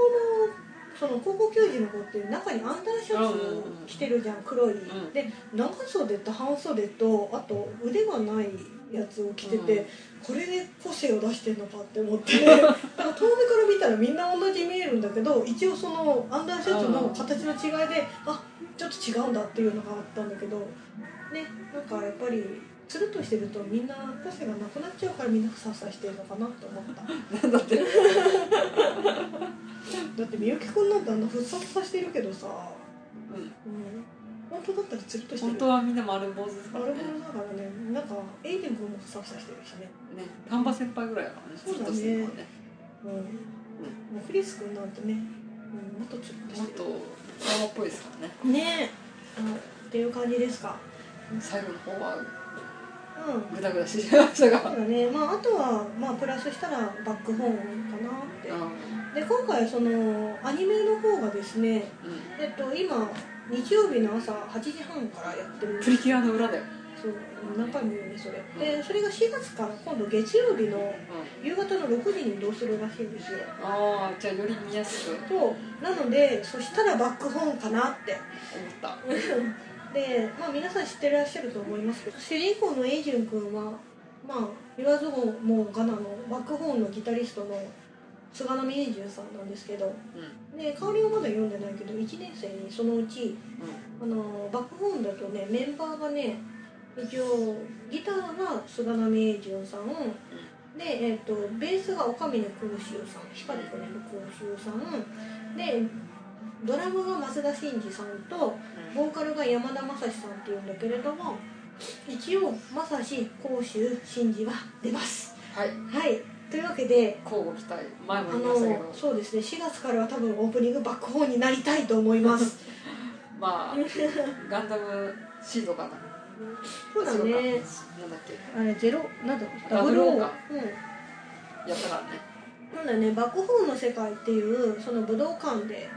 A: その高校球児の子って中にアンダーシャツ着てるじゃん黒い、
B: ん
A: で長袖と半袖とあと腕がないやつを着てて、
B: うん
A: これで個性を出してんのかって思ってなんか遠目から見たらみんな同じに見えるんだけど一応そのアンダーシャツの形の違いで、あちょっと違うんだっていうのがあったんだけどねなんかやっぱりつるっとしてるとみんな個性がなくなっちゃうからみんなふさふさしてるのかなって思った。
B: なんだって
A: だってみゆきくんなんてあんなふっさふさしてるけどさ、
B: うん
A: うん、本当だったらつるっとしてる
B: 本当はみんな丸坊主です
A: ア
B: から
A: ル
B: ね
A: バムだからねなんかエイデン君もふさふさしてるしね、
B: ね丹波先輩ぐらいだからね
A: そうだね
B: ずっとしてるのはね
A: うんもうクリス君なんてね、うん、もっとつるっと
B: も
A: し
B: ってと顔っぽいですからね
A: るねえあのっていう感じですか
B: 最後の方は
A: うん
B: グダグダしてしまいました
A: そ
B: が
A: うだねまああとはまあプラスしたらバックホームかなって
B: うん
A: で今回はそのアニメの方がですね
B: うん
A: えっと今日曜日の朝8時半からやってる
B: プリキュアの裏だよ
A: そう何回も言うねそれでそれが4月から今度月曜日の夕方の6時に移動するらしいんですよ
B: ああじゃあより見やすく思っ
A: となのでそしたらバックホームかなって
B: た
A: でまあ皆さん知ってらっしゃると思いますけど主人公のエイジュン君はまあ言わずもがなのバックホームのギタリストの菅波エイジュンさんなんですけど
B: うん
A: で香りはまだ読んでないけど1年生にそのうちあのバックホームだとねメンバーがね一応ギターが菅波英純さん、で、えっとベースが岡峰空襲さん光くねる空襲さんでドラムが増田真二さんとボーカルが山田雅史さんっていうんだけれども一応雅史甲州真二は出ます
B: はい
A: はいというわけで
B: 交互期待前
A: あ
B: も言いましたけ
A: の
B: ど
A: そうですね4月からは多分オープニングバックホームになりたいと思います
B: まあ ガンダムシードかな
A: そうだ
B: 違
A: ね
B: うかなんだっけ
A: あれゼロなんだ
B: ダブルオーか
A: うん
B: やったからね
A: なんだよねバックホームの世界っていうその武道館で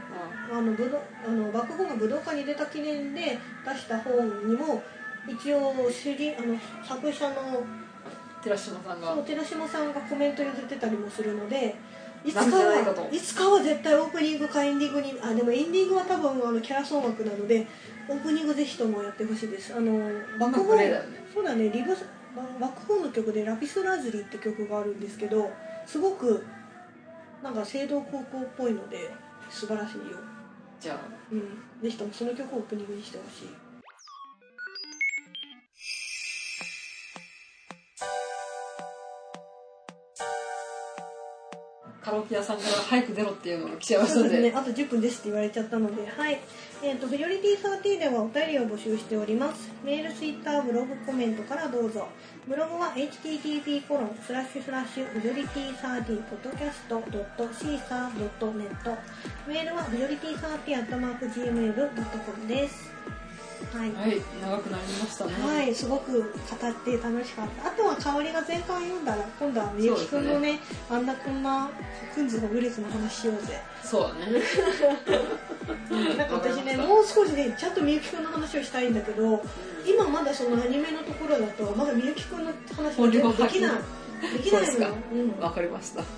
A: あの武道あのバックホームが武道館に出た記念で出した本にも一応主人あの作者の
B: 寺島さんが
A: そう寺島さんがコメント譲ってたりもするのでいつか
B: なんじゃないか
A: は
B: と
A: いつかは絶対オープニングかエンディングにあでもエンディングは多分あのキャラソン枠なのでオープニングぜひともやってほしいですあのバックホ
B: プレ
A: ー
B: イ
A: ム
B: だよね
A: そうだねリブスババックホームの曲で「ラピスラズリ」って曲があるんですけどすごくなんか青銅高校っぽいので素晴らしいよ、
B: じゃあ
A: うん、ぜひともその曲をオープニングにしてほしい
B: カラオケ屋さんから早く出ろっていうのが来ちゃいまし
A: そ
B: た
A: うで
B: の
A: すね
B: で、
A: あと10分ですって言われちゃったので、はい。えっ、と、フジョリティサーティではお便りを募集しております。メール、ツイッター、ブログ、コメントからどうぞ。ブログは http コロンスラッシュスラッシュフジョリティサーティポッドキャストドットシーサードットネットメールはフジョリティサーティアットマーク gmail.com です。はい
B: はい長くなりましたね
A: はい、すごく語って楽しかった。あとは香りが前回読んだら、今度はみゆきくんのね、あんなこんな、くんずのグレズの話しようぜ。
B: そうだね
A: なんか私ね、
B: わかりました
A: もう少しね、ちゃんとみゆきくんの話をしたいんだけど、今まだそのアニメのところだと、まだみゆきくんの話が全部できない。できない
B: そうです
A: のよ
B: か。
A: うん。うん。
B: わかりましたは
A: ぜ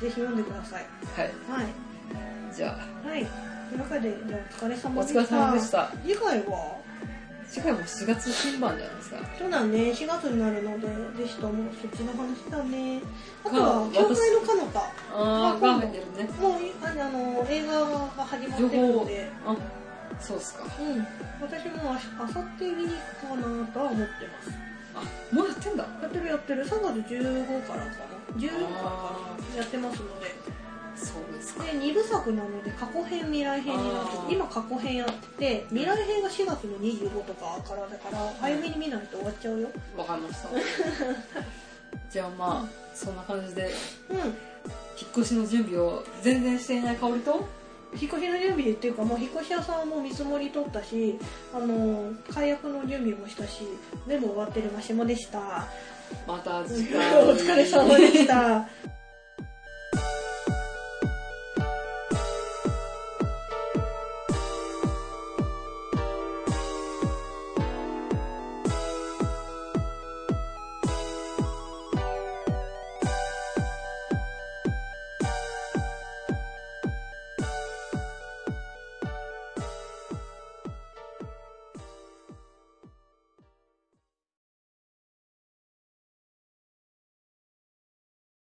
A: ひ読んでください。
B: い
A: はい。
B: じゃあ
A: はい。というわけで、じゃあお疲れ様
B: お
A: でし
B: 疲
A: た。
B: れ様でした
A: 以外は
B: 次回も4月新版じゃないですか
A: そうだね、4月になるので、ぜひともそっちの話だね。あと
B: か
A: は、
B: 私
A: 教会の彼方。
B: あ
A: ー
B: あが入ってるね
A: もういあのあの映画が始まってるので、
B: あそうっすか
A: うん、私もああさって見に行こうかなとは思ってます
B: あもうやってんだ
A: やってるやってる3月15からかな16からか
B: あ
A: なやってますので
B: そうですか
A: で2部作なので過去編未来編になって
B: あー
A: て今過去編やって未来編が4月の25とかからだから早めに見ないと終わっちゃうよ
B: わかり ましたじゃあまあそんな感じで
A: うん
B: 引っ越しの準備を全然していない香りと
A: 引っ越しの準備っていうかもう引っ越し屋さんはもう見積もり取ったしあの解約の準備もしたし全部終わってるマシモでした
B: また
A: お
B: 次回
A: 疲れ様でした。